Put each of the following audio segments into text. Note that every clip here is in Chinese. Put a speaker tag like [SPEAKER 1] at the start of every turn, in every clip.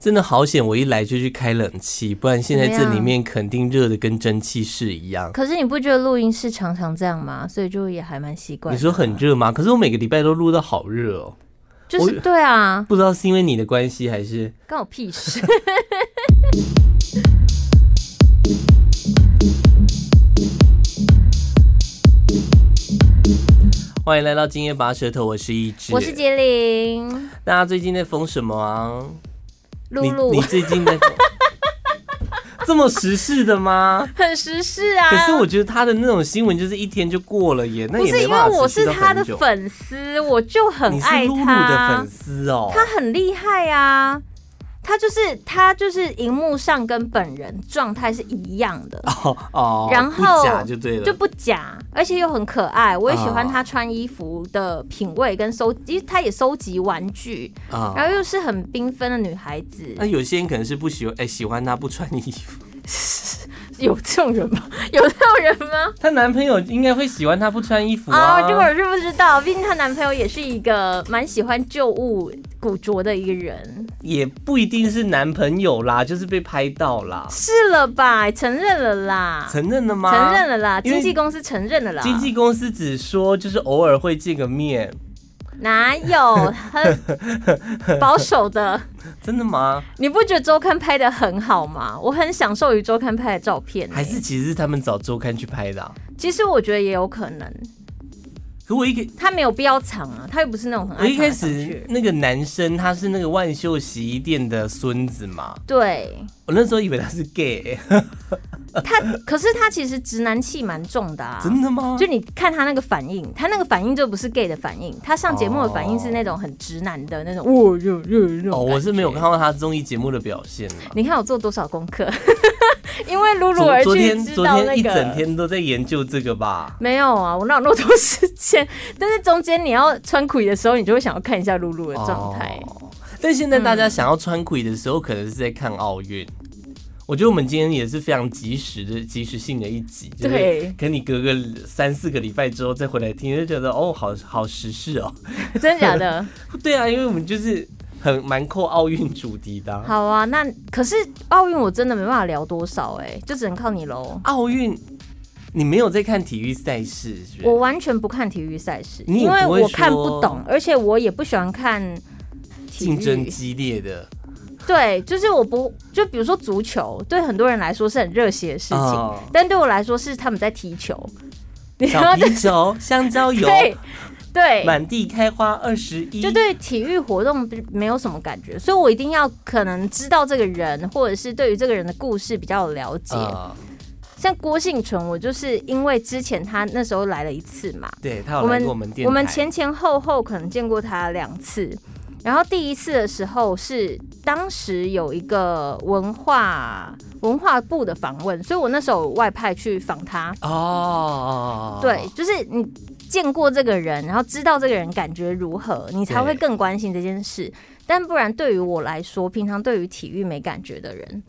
[SPEAKER 1] 真的好险！我一来就去开冷气，不然现在这里面肯定热的跟蒸汽室一样。
[SPEAKER 2] 可是你不觉得录音室常常这样吗？所以就也还蛮习惯。
[SPEAKER 1] 你说很热吗？可是我每个礼拜都录到好热哦，
[SPEAKER 2] 就是
[SPEAKER 1] 我
[SPEAKER 2] 对啊，
[SPEAKER 1] 不知道是因为你的关系还 是
[SPEAKER 2] 关我屁事。
[SPEAKER 1] 欢迎来到今夜拔舌头，我是一只，
[SPEAKER 2] 我是。杰林，
[SPEAKER 1] 大家最近在疯什么啊？
[SPEAKER 2] 露露
[SPEAKER 1] 你你最近 在这么时事的吗？
[SPEAKER 2] 很时事啊。
[SPEAKER 1] 可是我觉得他的那种新闻就是一天就过了耶，那
[SPEAKER 2] 不
[SPEAKER 1] 也
[SPEAKER 2] 是
[SPEAKER 1] 没
[SPEAKER 2] 因为
[SPEAKER 1] 办法
[SPEAKER 2] 我
[SPEAKER 1] 持续
[SPEAKER 2] 是
[SPEAKER 1] 到
[SPEAKER 2] 他
[SPEAKER 1] 很
[SPEAKER 2] 的
[SPEAKER 1] 久。
[SPEAKER 2] 粉丝，我就很
[SPEAKER 1] 你是
[SPEAKER 2] 爱
[SPEAKER 1] 露露的
[SPEAKER 2] 他
[SPEAKER 1] 粉。丝哦，
[SPEAKER 2] 他很厉害啊，他就是他就是荧幕上跟本人状态是一样的，
[SPEAKER 1] 哦 哦，
[SPEAKER 2] 然
[SPEAKER 1] 不
[SPEAKER 2] 后
[SPEAKER 1] 假就对了，
[SPEAKER 2] 就不假，而且又很可爱。我也喜欢
[SPEAKER 1] 啊
[SPEAKER 2] 他穿衣服的品味跟收，因为他也收集玩具，
[SPEAKER 1] 啊
[SPEAKER 2] 然后又是很缤纷的女孩子
[SPEAKER 1] 那。有些人可能是不喜欢，哎、喜欢她不穿衣服。
[SPEAKER 2] 有这种人吗？有这种人吗？
[SPEAKER 1] 她男朋友应该会喜欢她不穿衣服啊。
[SPEAKER 2] 啊，这个我是不知道，毕竟她男朋友也是一个蛮喜欢旧物古着的一个人，
[SPEAKER 1] 也不一定是男朋友啦，就是被拍到啦，
[SPEAKER 2] 是了吧？承认了啦，
[SPEAKER 1] 承认了吗？
[SPEAKER 2] 承认。了啦，
[SPEAKER 1] 因为
[SPEAKER 2] 经纪公司承认了啦，
[SPEAKER 1] 经纪公司只说就是偶尔会见个面，
[SPEAKER 2] 哪有很 保守的？
[SPEAKER 1] 真的吗？
[SPEAKER 2] 你不觉得周刊拍的很好吗？我很享受于周刊拍的照片、欸
[SPEAKER 1] 还是其实是他们找周刊去拍的、啊？
[SPEAKER 2] 其实我觉得也有可能，
[SPEAKER 1] 可我一开
[SPEAKER 2] 他没有必要藏啊，他又不是那种很爱
[SPEAKER 1] 我一
[SPEAKER 2] 藏来
[SPEAKER 1] 开
[SPEAKER 2] 藏
[SPEAKER 1] 始
[SPEAKER 2] 去。
[SPEAKER 1] 那个男生他是那个万秀洗衣店的孙子嘛，
[SPEAKER 2] 对
[SPEAKER 1] 我那时候以为他是 gay，、
[SPEAKER 2] 啊他，可是他其实直男气蛮重的啊。
[SPEAKER 1] 真的吗？
[SPEAKER 2] 就你看他那个反应，他那个反应就不是 gay 的反应，他上节目的反应是那种很直男的那种，哦，就就那种。
[SPEAKER 1] 哦，我是没有看。到他综艺节目的表现啊。
[SPEAKER 2] 你看我做多少功课， 因为 露露
[SPEAKER 1] 昨
[SPEAKER 2] 而
[SPEAKER 1] 昨
[SPEAKER 2] 去
[SPEAKER 1] 天
[SPEAKER 2] 知
[SPEAKER 1] 昨
[SPEAKER 2] 道那个。
[SPEAKER 1] 天一整天都在研究这个吧？
[SPEAKER 2] 没有啊，我哪有那么多时间？但是中间你要穿裤的时候，你就会想要看一下露露的状态。
[SPEAKER 1] 哦。但现在大家想要穿裤的时候，可能是在看奥运。我觉得我们今天也是非常及时的、及时性的一集，就是
[SPEAKER 2] 对
[SPEAKER 1] 跟你隔个三四个礼拜之后再回来听，就觉得哦，好好时事哦。
[SPEAKER 2] 真的假的？
[SPEAKER 1] 对啊，因为我们就是很蛮扣奥运主题的啊、
[SPEAKER 2] 好啊，那可是奥运我真的没办法聊多少哎、就只能靠你喽。
[SPEAKER 1] 奥运，你没有在看体育赛事是不是？
[SPEAKER 2] 我完全不看体育赛事，
[SPEAKER 1] 你也
[SPEAKER 2] 因
[SPEAKER 1] 不会
[SPEAKER 2] 为
[SPEAKER 1] 说
[SPEAKER 2] 我看不懂，而且我也不喜欢看体育
[SPEAKER 1] 竞争激烈的
[SPEAKER 2] 对，就是我不就比如说足球，对很多人来说是很热血的事情，
[SPEAKER 1] 哦
[SPEAKER 2] 但对我来说是他们在踢球。你知
[SPEAKER 1] 小
[SPEAKER 2] 道
[SPEAKER 1] 啤酒、香蕉油，
[SPEAKER 2] 对对，
[SPEAKER 1] 满地开花二十一，
[SPEAKER 2] 就对体育活动没有什么感觉，所以我一定要可能知道这个人，或者是对于这个人的故事比较有了解。
[SPEAKER 1] 啊，
[SPEAKER 2] 像郭幸存，我就是因为之前他那时候来了一次嘛，
[SPEAKER 1] 对他有来过我们店，
[SPEAKER 2] 我们前前后后可能见过他两次。然后第一次的时候是当时有一个文化文化部的访问，所以我那时候有外派去访他。
[SPEAKER 1] 哦，
[SPEAKER 2] 对，就是你见过这个人，然后知道这个人感觉如何，你才会
[SPEAKER 1] 对
[SPEAKER 2] 更关心这件事。但不然，对于我来说，平常对于体育没感觉的人，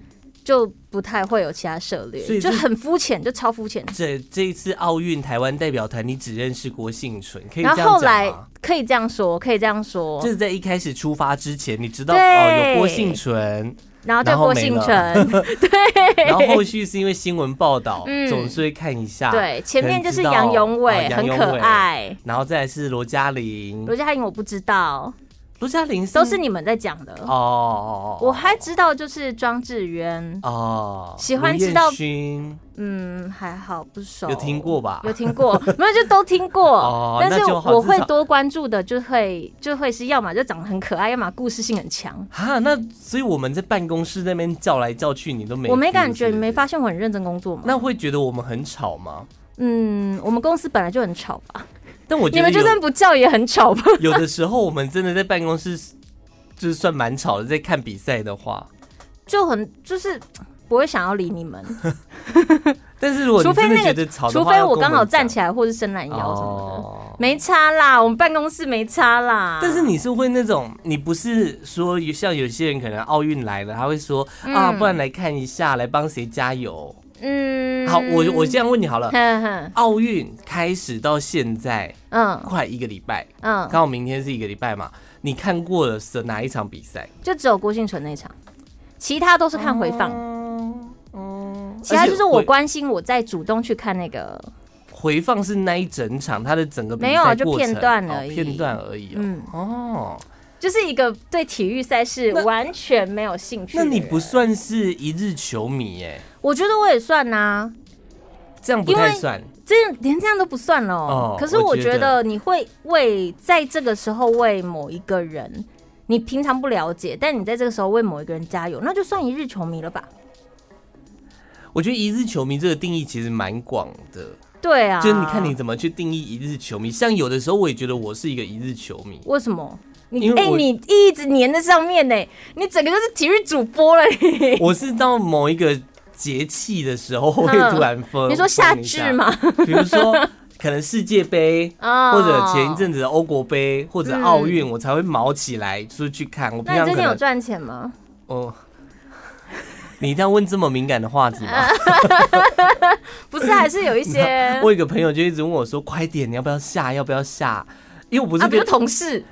[SPEAKER 2] 就不太会有其他涉
[SPEAKER 1] 所
[SPEAKER 2] 猎，
[SPEAKER 1] 以
[SPEAKER 2] 就
[SPEAKER 1] 这
[SPEAKER 2] 很肤浅，就超肤浅。
[SPEAKER 1] 这这一次奥运台湾代表团，你只认识郭幸存，可以
[SPEAKER 2] 然
[SPEAKER 1] 这
[SPEAKER 2] 后后
[SPEAKER 1] 样
[SPEAKER 2] 来
[SPEAKER 1] 讲吗？哦
[SPEAKER 2] 可以这样说，可以这样说，
[SPEAKER 1] 就是在一开始出发之前，你知道
[SPEAKER 2] 对
[SPEAKER 1] 哦有郭幸 存，
[SPEAKER 2] 然后叫
[SPEAKER 1] 然后
[SPEAKER 2] 郭
[SPEAKER 1] 没
[SPEAKER 2] 幸
[SPEAKER 1] 了
[SPEAKER 2] 存，
[SPEAKER 1] 然后后续是因为新闻报道，
[SPEAKER 2] 嗯
[SPEAKER 1] 总是会看一下。
[SPEAKER 2] 对，前面就是
[SPEAKER 1] 啊可能知道
[SPEAKER 2] 杨永
[SPEAKER 1] 哦
[SPEAKER 2] 伟，
[SPEAKER 1] 杨
[SPEAKER 2] 很
[SPEAKER 1] 永
[SPEAKER 2] 可
[SPEAKER 1] 伟
[SPEAKER 2] 爱。
[SPEAKER 1] 然后再来是罗嘉玲，
[SPEAKER 2] 罗嘉玲我不知道，
[SPEAKER 1] 嗯罗嘉玲
[SPEAKER 2] 都是你们在讲的。
[SPEAKER 1] 哦哦，
[SPEAKER 2] 我还知道就是庄智渊，
[SPEAKER 1] 哦
[SPEAKER 2] 喜欢知道
[SPEAKER 1] 卢彦勋
[SPEAKER 2] 嗯，还好不熟。
[SPEAKER 1] 有听过吧
[SPEAKER 2] 有听过，没有就都听过
[SPEAKER 1] 哦。
[SPEAKER 2] 但是
[SPEAKER 1] 那就好
[SPEAKER 2] 我
[SPEAKER 1] 至
[SPEAKER 2] 会
[SPEAKER 1] 少
[SPEAKER 2] 多关注的，就会就会是要么就长得很可爱，要么故事性很强。
[SPEAKER 1] 哈，那所以我们在办公室那边叫来叫去，你都没
[SPEAKER 2] 我没感
[SPEAKER 1] feel，是
[SPEAKER 2] 觉，
[SPEAKER 1] 不
[SPEAKER 2] 你
[SPEAKER 1] 是
[SPEAKER 2] 没发现我很认真工作吗？
[SPEAKER 1] 那会觉得我们很吵吗？
[SPEAKER 2] 嗯，我们公司本来就很吵 吧，
[SPEAKER 1] 但我觉
[SPEAKER 2] 你
[SPEAKER 1] 得
[SPEAKER 2] 们就
[SPEAKER 1] 有
[SPEAKER 2] 算不叫也很吵吧。
[SPEAKER 1] 有的时候我们真的在办公室，就是算蛮吵的，在看比赛的话。
[SPEAKER 2] 就很就是不会想要理你们，
[SPEAKER 1] 但是如果你
[SPEAKER 2] 除非
[SPEAKER 1] 真的
[SPEAKER 2] 那个
[SPEAKER 1] 觉得吵的
[SPEAKER 2] 除
[SPEAKER 1] 话，
[SPEAKER 2] 非我刚好站
[SPEAKER 1] 来
[SPEAKER 2] 起来或是伸懒
[SPEAKER 1] 哦
[SPEAKER 2] 腰什么的，没差啦，我们办公室没差啦。
[SPEAKER 1] 但是你是会那种，你不是说有像有些人可能奥运来了，他会说、啊，
[SPEAKER 2] 嗯
[SPEAKER 1] 不然来看一下，来帮谁加油。
[SPEAKER 2] 嗯
[SPEAKER 1] 好，我我这样问你好了，
[SPEAKER 2] 哼哼，
[SPEAKER 1] 奥运开始到现在
[SPEAKER 2] 嗯
[SPEAKER 1] 快一个礼拜，
[SPEAKER 2] 嗯，
[SPEAKER 1] 刚好明天是一个礼拜嘛，你看过了是哪一场比赛？
[SPEAKER 2] 就只有郭幸存那一场，其他都是看回放，
[SPEAKER 1] 放。嗯，
[SPEAKER 2] 其他就是
[SPEAKER 1] 哦
[SPEAKER 2] 我
[SPEAKER 1] 而且哦
[SPEAKER 2] 关心，我再主动去看那个。
[SPEAKER 1] 回回放是那一整场，它的整个比赛
[SPEAKER 2] 没有啊就
[SPEAKER 1] 过程
[SPEAKER 2] 片段
[SPEAKER 1] 哦
[SPEAKER 2] 而已
[SPEAKER 1] 片段而已哦。
[SPEAKER 2] 嗯，
[SPEAKER 1] 哦，
[SPEAKER 2] 就是一个对体育赛事
[SPEAKER 1] 那
[SPEAKER 2] 完全没有兴趣。
[SPEAKER 1] 那你不？算是一日球迷耶，
[SPEAKER 2] 我觉得我也算啊呐、
[SPEAKER 1] 这样不
[SPEAKER 2] 因为
[SPEAKER 1] 太算。
[SPEAKER 2] 这连这样都不算了
[SPEAKER 1] 哦
[SPEAKER 2] 哦、可是
[SPEAKER 1] 我
[SPEAKER 2] 我
[SPEAKER 1] 觉
[SPEAKER 2] 觉得你会为在这个时候为某一个人，你平常不了解，但你在这个时候为某一个人加油，那就算一日球迷了吧？
[SPEAKER 1] 我觉得一日球迷这个定义其实蛮广的，
[SPEAKER 2] 对啊，
[SPEAKER 1] 就是你看你怎么去定义一日球迷。像有的时候我也觉得我是一个一日球迷，
[SPEAKER 2] 为什么？你
[SPEAKER 1] 因为
[SPEAKER 2] 哎、
[SPEAKER 1] 我
[SPEAKER 2] 你一直粘在上面呢、你整个就是体育主播了。 你
[SPEAKER 1] 我是到某一个节气的时候会
[SPEAKER 2] 嗯
[SPEAKER 1] 突然分。
[SPEAKER 2] 你说夏
[SPEAKER 1] 下
[SPEAKER 2] 至？吗？
[SPEAKER 1] 比如说可能世界杯。
[SPEAKER 2] 啊
[SPEAKER 1] 或者前一，阵子的欧国杯或者奥运，我才会毛起来出去看。我平
[SPEAKER 2] 嗯哦那你
[SPEAKER 1] 常
[SPEAKER 2] 最
[SPEAKER 1] 可
[SPEAKER 2] 近有
[SPEAKER 1] 能
[SPEAKER 2] 赚钱吗？
[SPEAKER 1] 哦， 你一定要问这么敏感的话题 吗？
[SPEAKER 2] 不是，还是有一些
[SPEAKER 1] 我有一个朋友就一直问我说：“快点，你要不要下？要不要下？”因为我不是
[SPEAKER 2] 啊，不
[SPEAKER 1] 跟、
[SPEAKER 2] 是同事，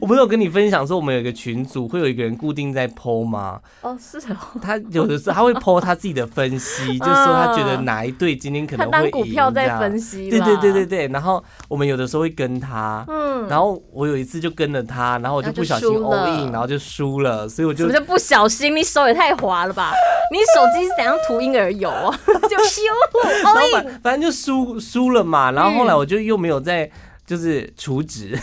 [SPEAKER 1] 我不是有跟你分享说我们有一个群组，会有一个人固定在 PO 吗？
[SPEAKER 2] 哦，是哦，
[SPEAKER 1] 他有的时候他会 PO 他自己的分 析，就是说他觉得哪一队今天可
[SPEAKER 2] 嗯他
[SPEAKER 1] 能会
[SPEAKER 2] 当
[SPEAKER 1] 赢。
[SPEAKER 2] 股票
[SPEAKER 1] 这
[SPEAKER 2] 在
[SPEAKER 1] 样
[SPEAKER 2] 分析，
[SPEAKER 1] 对对对对，对，然后我们有的时候会跟他，
[SPEAKER 2] 嗯，
[SPEAKER 1] 然后我有一次就跟了他，然后我就
[SPEAKER 2] 然后就
[SPEAKER 1] 不小心
[SPEAKER 2] 输
[SPEAKER 1] all
[SPEAKER 2] 了
[SPEAKER 1] in，然后就输了，所以我
[SPEAKER 2] 什
[SPEAKER 1] 就
[SPEAKER 2] 么叫不小心？你手也太滑 了吧？你手机是怎样涂婴儿油啊？ 就咻
[SPEAKER 1] 然后
[SPEAKER 2] ，all 嗯
[SPEAKER 1] 反反正就输输了嘛，然后后来我就又没有再就是储值，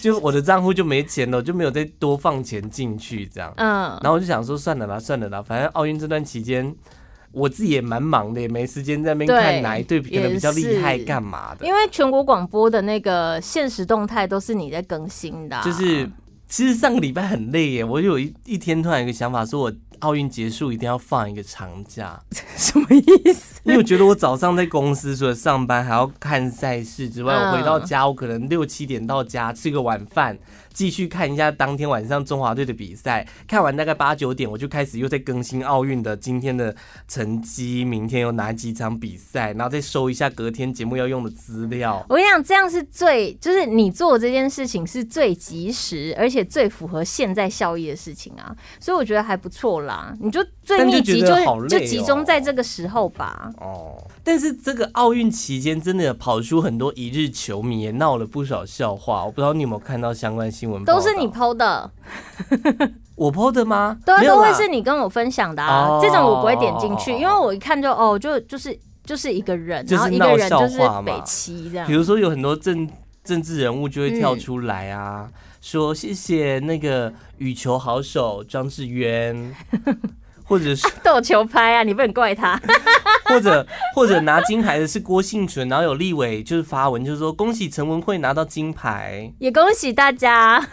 [SPEAKER 1] 就我的账户就没钱了，我就没有再多放钱进去这样。
[SPEAKER 2] 嗯，
[SPEAKER 1] 然后我就想说算了啦，算了啦，反正奥运这段期间我自己也蛮忙的，也没时间在那边
[SPEAKER 2] 对
[SPEAKER 1] 看哪一队可能比较厉害
[SPEAKER 2] 也是
[SPEAKER 1] 干嘛的，
[SPEAKER 2] 因为全国广播的那个现实动态都是你在更新的啊、
[SPEAKER 1] 就是。其实上个礼拜很累耶，我有一一天突然有一个想法，说我奥运结束一定要放一个长假，
[SPEAKER 2] 什么意思？
[SPEAKER 1] 因为我觉得我早上在公司除了上班还要看赛事之外，
[SPEAKER 2] 嗯
[SPEAKER 1] 我回到家我可能六七点到家吃个晚饭，继续看一下当天晚上中华队的比赛，看完大概八九点我就开始又在更新奥运的今天的成绩，明天有哪几场比赛，然后再收一下隔天节目要用的资料。
[SPEAKER 2] 我跟你讲，这样是最，就是你做这件事情是最及时，而且最符合现在效益的事情啊，所以我觉得还不错啦。你就最
[SPEAKER 1] 但就
[SPEAKER 2] 密
[SPEAKER 1] 觉
[SPEAKER 2] 集
[SPEAKER 1] 得
[SPEAKER 2] 就
[SPEAKER 1] 好累
[SPEAKER 2] 就集中
[SPEAKER 1] 哦
[SPEAKER 2] 在这个时候吧。
[SPEAKER 1] 哦，但是这个奥运期间真的跑出很多一日球迷，也闹了不少笑话。我不知道你有没有看到相关新闻报
[SPEAKER 2] 都
[SPEAKER 1] 道？
[SPEAKER 2] 是你剖的，
[SPEAKER 1] 我 PO 的吗？
[SPEAKER 2] 都
[SPEAKER 1] 没有
[SPEAKER 2] 都
[SPEAKER 1] 啦
[SPEAKER 2] 会是你跟我分享的啊
[SPEAKER 1] 哦。
[SPEAKER 2] 这种我不会点进去，
[SPEAKER 1] 哦哦哦
[SPEAKER 2] 因为我一看就哦，就就是就是一个人，
[SPEAKER 1] 就是
[SPEAKER 2] 然后一个人
[SPEAKER 1] 闹笑
[SPEAKER 2] 就是
[SPEAKER 1] 话嘛
[SPEAKER 2] 北齐这样
[SPEAKER 1] 比。如说有很多政政治人物就会跳出来啊，
[SPEAKER 2] 嗯
[SPEAKER 1] 说谢谢那个羽球好手张志渊， 或者是
[SPEAKER 2] 都有球拍啊，你不能 怪他。
[SPEAKER 1] 或者或者拿金牌的是郭幸存，然后有立委就是发文就是说恭喜陈文慧拿到金牌，
[SPEAKER 2] 也恭喜大家，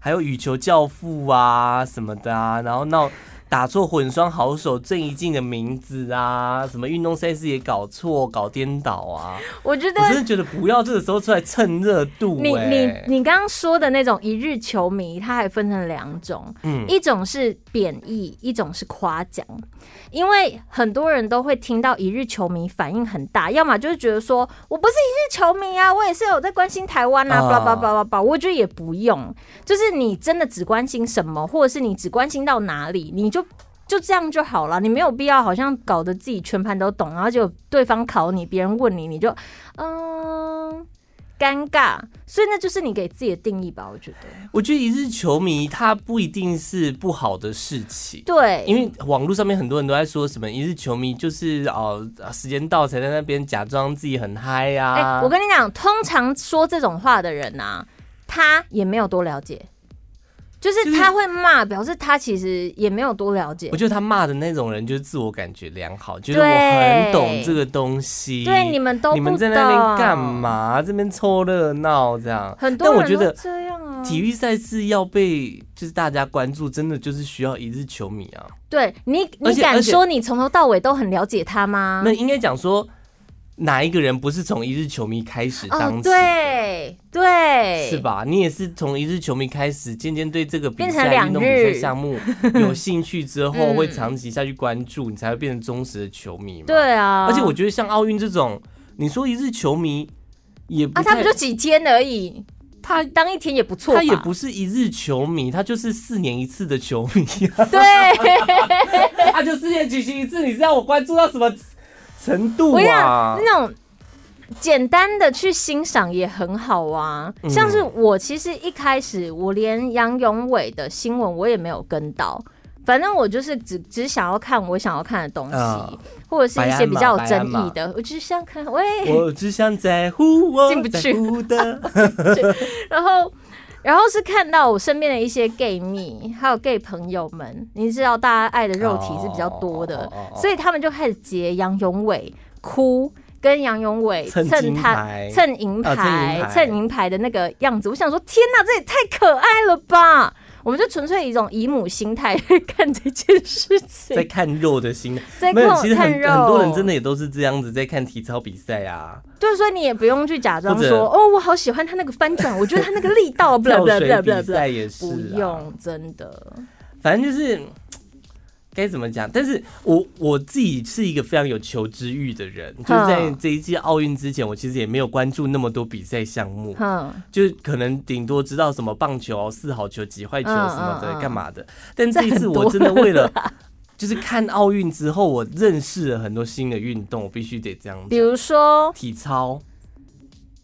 [SPEAKER 1] 还有羽球教父啊什么的啊，然后闹。打错混双好手郑怡静的名字啊，什么运动赛事也搞错、搞颠倒啊！
[SPEAKER 2] 我觉得
[SPEAKER 1] 我真的觉得不要这个时候出来蹭热度、
[SPEAKER 2] 你
[SPEAKER 1] 欸。
[SPEAKER 2] 你你刚刚说的那种一日球迷，它还分成两种，
[SPEAKER 1] 嗯
[SPEAKER 2] 一种是贬义，一种是夸奖。因为很多人都会听到一日球迷反应很大，要么就是觉得说我不是一日球迷啊，我也是有在关心台湾啊，
[SPEAKER 1] 啊
[SPEAKER 2] 巴拉巴拉巴拉巴拉。我觉得也不用，就是你真的只关心什么，或者是你只关心到哪里，你就。就这样就好了，你没有必要好像搞得自己全盘都懂，然后就对方考你，别人问你，你就嗯尴尬，所以那就是你给自己的定义吧，我觉得。
[SPEAKER 1] 我觉得一日球迷他不一定是不好的事情，
[SPEAKER 2] 对，
[SPEAKER 1] 因为网络上面很多人都在说什么一日球迷就是哦、呃时间到才在那边假装自己很嗨啊呀、
[SPEAKER 2] 哎、我跟你讲，通常说这种话的人啊，他也没有多了解，就是
[SPEAKER 1] 就是
[SPEAKER 2] 他会骂，表示他其实也没有多了解
[SPEAKER 1] 我。觉得他骂的那种人就是自我感觉良好，觉得我很懂这个东西。
[SPEAKER 2] 对，你们都
[SPEAKER 1] 你们
[SPEAKER 2] 不
[SPEAKER 1] 在那边
[SPEAKER 2] 懂
[SPEAKER 1] 干？嘛？这边凑热闹这样。
[SPEAKER 2] 很多
[SPEAKER 1] 但我觉
[SPEAKER 2] 人都
[SPEAKER 1] 得
[SPEAKER 2] 这样啊。
[SPEAKER 1] 体育赛事要被就是大家关注，真的就是需要一日球迷啊。
[SPEAKER 2] 对你，
[SPEAKER 1] 而
[SPEAKER 2] 你
[SPEAKER 1] 且
[SPEAKER 2] 敢
[SPEAKER 1] 而且
[SPEAKER 2] 说你从头到尾都很了解他吗
[SPEAKER 1] 那？应该讲说哪一个人不是从一日球迷开始
[SPEAKER 2] 哦
[SPEAKER 1] 当，起？
[SPEAKER 2] 对对，
[SPEAKER 1] 是？吧？你也是从一日球迷开始，渐渐对这个比
[SPEAKER 2] 变成
[SPEAKER 1] 赛
[SPEAKER 2] 两
[SPEAKER 1] 运动比赛
[SPEAKER 2] 日
[SPEAKER 1] 项 目有兴趣之后，
[SPEAKER 2] 嗯
[SPEAKER 1] 会长期下去关注，你才会变成忠实的球迷嘛。。
[SPEAKER 2] 对啊。
[SPEAKER 1] 而且我觉得像奥运这种，你说一日球迷也不
[SPEAKER 2] 啊，
[SPEAKER 1] 太
[SPEAKER 2] 他们就几天而已，
[SPEAKER 1] 他
[SPEAKER 2] 当一天也不错吧，
[SPEAKER 1] 他也不是一日球迷，他就是四年一次的球 迷、啊，
[SPEAKER 2] 对，
[SPEAKER 1] 他就四年举行一次，你知道我关注到什么程度
[SPEAKER 2] 我跟你
[SPEAKER 1] 啊
[SPEAKER 2] 讲，？那种简单的去欣赏也很好啊。
[SPEAKER 1] 嗯
[SPEAKER 2] 像是我其实一开始我连杨永伟的新闻我也没有跟到。反正我就是只只想要看我想要看的东西，
[SPEAKER 1] 嗯
[SPEAKER 2] 或者是一些比较有争
[SPEAKER 1] 白安嘛
[SPEAKER 2] 议的，我就是想看。喂，
[SPEAKER 1] 我只想在乎我
[SPEAKER 2] 进不去
[SPEAKER 1] 在乎的，
[SPEAKER 2] 然后然后是看到我身边的一些 gay 蜜，还有 gay 朋友们，你知道大家爱的肉体是比较多的，
[SPEAKER 1] 哦哦哦哦哦
[SPEAKER 2] 所以他们就开始截杨永伟哭，跟杨永伟
[SPEAKER 1] 蹭金
[SPEAKER 2] 他
[SPEAKER 1] 牌
[SPEAKER 2] 蹭银
[SPEAKER 1] 啊蹭银
[SPEAKER 2] 牌
[SPEAKER 1] 牌、
[SPEAKER 2] 蹭银牌的那个样子。我想说，天哪，这也太可爱了吧！我们就纯粹以一种姨母心态去看这件事
[SPEAKER 1] 在
[SPEAKER 2] 情，
[SPEAKER 1] 看肉的心态。
[SPEAKER 2] 在
[SPEAKER 1] 没有，
[SPEAKER 2] 看
[SPEAKER 1] 其实很
[SPEAKER 2] 看肉，
[SPEAKER 1] 很多人真的也都是这样子在看体操比赛啊，
[SPEAKER 2] 对，所以你也不用去假装
[SPEAKER 1] 或者
[SPEAKER 2] 说，哦，我好喜欢他那个翻转，我觉得他那个力 道， 不
[SPEAKER 1] 跳
[SPEAKER 2] 不
[SPEAKER 1] 水
[SPEAKER 2] 不
[SPEAKER 1] 比
[SPEAKER 2] 不
[SPEAKER 1] 赛也是、啊，
[SPEAKER 2] 不用，真的。
[SPEAKER 1] 反正就是嗯该怎么讲，但是我我自己是一个非常有求知欲的人，就是在这一届奥运之前，我其实也没有关注那么多比赛项目，
[SPEAKER 2] 哼，
[SPEAKER 1] 就是可能顶多知道什么棒球、四好球、几坏球什么
[SPEAKER 2] 嗯嗯
[SPEAKER 1] 的，
[SPEAKER 2] 嗯
[SPEAKER 1] 干嘛的。但这一次我真
[SPEAKER 2] 啊
[SPEAKER 1] 的为了就是看奥运之后，我认识了很多新的运动，我必须得这样
[SPEAKER 2] 比
[SPEAKER 1] 讲。
[SPEAKER 2] 如说，
[SPEAKER 1] 体操，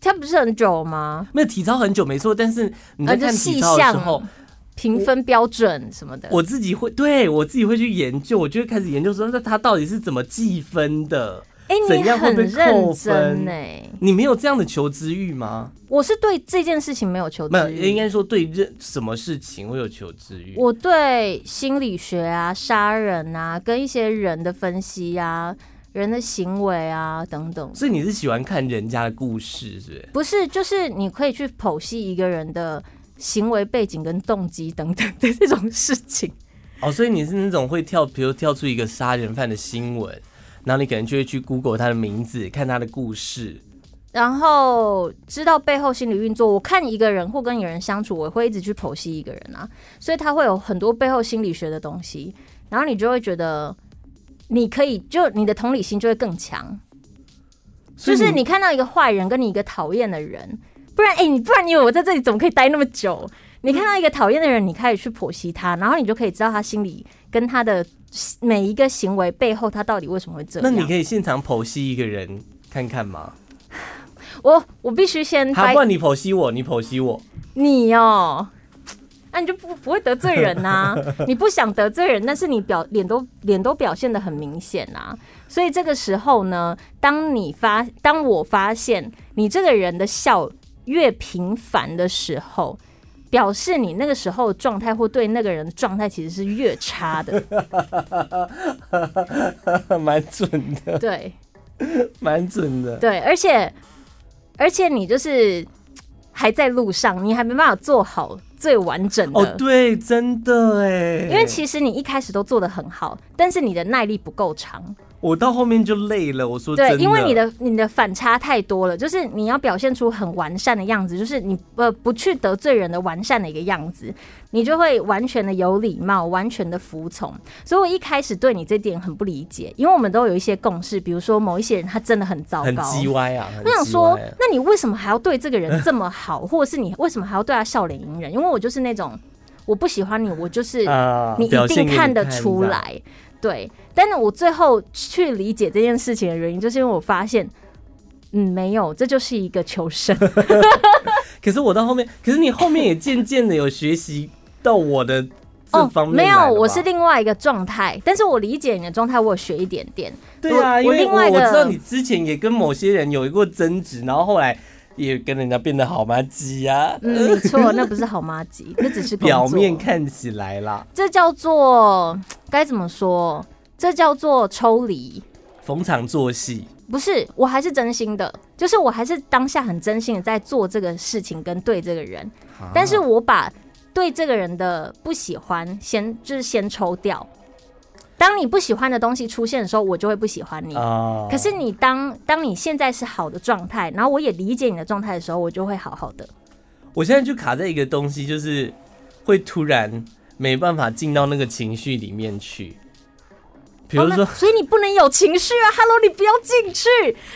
[SPEAKER 2] 它不是很久吗？
[SPEAKER 1] 没有体操很久没错，但是你在
[SPEAKER 2] 呃，就
[SPEAKER 1] 看
[SPEAKER 2] 细
[SPEAKER 1] 体操的时候
[SPEAKER 2] 项，、评分标准什么的。
[SPEAKER 1] 我自己会对我自己会去研究，我就会开始研究说，那它到底是怎么计分的？
[SPEAKER 2] 哎、
[SPEAKER 1] 怎
[SPEAKER 2] 你
[SPEAKER 1] 样会
[SPEAKER 2] 很
[SPEAKER 1] 被扣分
[SPEAKER 2] 认真呢、
[SPEAKER 1] 你没有这样的求知欲吗？
[SPEAKER 2] 我是对这件事情没有求
[SPEAKER 1] 没有，
[SPEAKER 2] 知
[SPEAKER 1] 应
[SPEAKER 2] 欲，
[SPEAKER 1] 该说对任什么事情会有求知欲。
[SPEAKER 2] 我对心理学啊、杀人啊，跟一些人的分析啊、人的行为啊等等，
[SPEAKER 1] 所以你是喜欢看人家的故事，是不是？
[SPEAKER 2] 不是就是你可以去剖析一个人的行为背景跟动机等等的这种事情。
[SPEAKER 1] 哦，所以你是那种会跳，比如跳出一个杀人犯的新闻，然后你可能就会去 Google 他的名字，看他的故事。
[SPEAKER 2] 然后知道背后心理运作。我看一个人或跟一个人相处，我会一直去剖析一个人啊，所以他会有很多背后心理学的东西，然后你就会觉得。你可以，就你的同理心就会更
[SPEAKER 1] 嗯
[SPEAKER 2] 强。
[SPEAKER 1] 所
[SPEAKER 2] 就
[SPEAKER 1] 以
[SPEAKER 2] 是你看到一个坏人，跟你一个讨厌的人，不然，哎、你不然你以为我在这里怎么可以待那么久？你看到一个讨厌的人，你开始去剖析他，然后你就可以知道他心里跟他的每一个行为背后，他到底为什么会这
[SPEAKER 1] 那你
[SPEAKER 2] 样。
[SPEAKER 1] 可以现场剖析一个人看看吗？
[SPEAKER 2] 我我必须先
[SPEAKER 1] 好，
[SPEAKER 2] 掰
[SPEAKER 1] 不然你剖析我，你剖析我。
[SPEAKER 2] 你哦，那、你就不不会得罪人呐、 你不想得罪人，但是你表脸都脸都表现的很明显呐、所以这个时候呢，当你发当我发现你这个人的笑越频繁的时候。表示你那个时候的状态或对那个人的状态其实是越差的，
[SPEAKER 1] 蛮准的，
[SPEAKER 2] 对
[SPEAKER 1] 蛮准的。
[SPEAKER 2] 对，而且而且你就是还在路上，你还没办法做好最完整的。
[SPEAKER 1] 哦，对，真的哎，
[SPEAKER 2] 因为其实你一开始都做得很好，但是你的耐力不够长，
[SPEAKER 1] 我到后面就累了。我说真
[SPEAKER 2] 对，
[SPEAKER 1] 的，
[SPEAKER 2] 因为你的你的反差太多了，就是你要表现出很完善的样子，就是你呃不去得罪人的完善的一个样子，你就会完全的有礼貌，完全的服从。所以我一开始对你这点很不理解，因为我们都有一些共识，比如说某一些人他真的很糟
[SPEAKER 1] 很
[SPEAKER 2] 糕，
[SPEAKER 1] 叽歪啊，很
[SPEAKER 2] 我想
[SPEAKER 1] 叽
[SPEAKER 2] 说
[SPEAKER 1] 歪啊，
[SPEAKER 2] 那你为什么还要对这个人这么好，或者是你为什么还要对他笑脸迎人？因为我就是那种我不喜欢你，我就是
[SPEAKER 1] 啊
[SPEAKER 2] 你一
[SPEAKER 1] 表现
[SPEAKER 2] 定
[SPEAKER 1] 给你
[SPEAKER 2] 看得出
[SPEAKER 1] 看这样
[SPEAKER 2] 来。对，但是我最后去理解这件事情的原因，就是因为我发现，嗯，没有，这就是一个求生。
[SPEAKER 1] 可是我到后面，可是你后面也渐渐的有学习到我的这方面、
[SPEAKER 2] 哦没有，我是。另外一个状态，但是我理解你的状态，我有学一点点。
[SPEAKER 1] 对啊，
[SPEAKER 2] 我
[SPEAKER 1] 因为
[SPEAKER 2] 另
[SPEAKER 1] 我
[SPEAKER 2] 外一
[SPEAKER 1] 我
[SPEAKER 2] 个
[SPEAKER 1] 知道你之前也跟某些人有过争执，然后后来也跟人家变得好妈鸡啊，
[SPEAKER 2] 嗯，没错，那不是好妈吉，那只是工
[SPEAKER 1] 表
[SPEAKER 2] 作
[SPEAKER 1] 面看起来啦，
[SPEAKER 2] 这叫做该怎么说？这叫做抽离。
[SPEAKER 1] 逢场作戏。
[SPEAKER 2] 不是，我还是真心的，就是我还是当下很真心的在做这个事情跟对这个人，但是
[SPEAKER 1] 啊
[SPEAKER 2] 我把对这个人的不喜欢先就是先抽掉。当你不喜欢的东西出现的时候，我就会不喜欢你。
[SPEAKER 1] 啊
[SPEAKER 2] 可是你当当你现在是好的状态，然后我也理解你的状态的时候，我就会好好的。
[SPEAKER 1] 我现在就卡在一个东西，就是会突然没办法进到那个情绪里面去。比如说
[SPEAKER 2] 哦那所以你不能有情绪啊，Hello，你不要进去，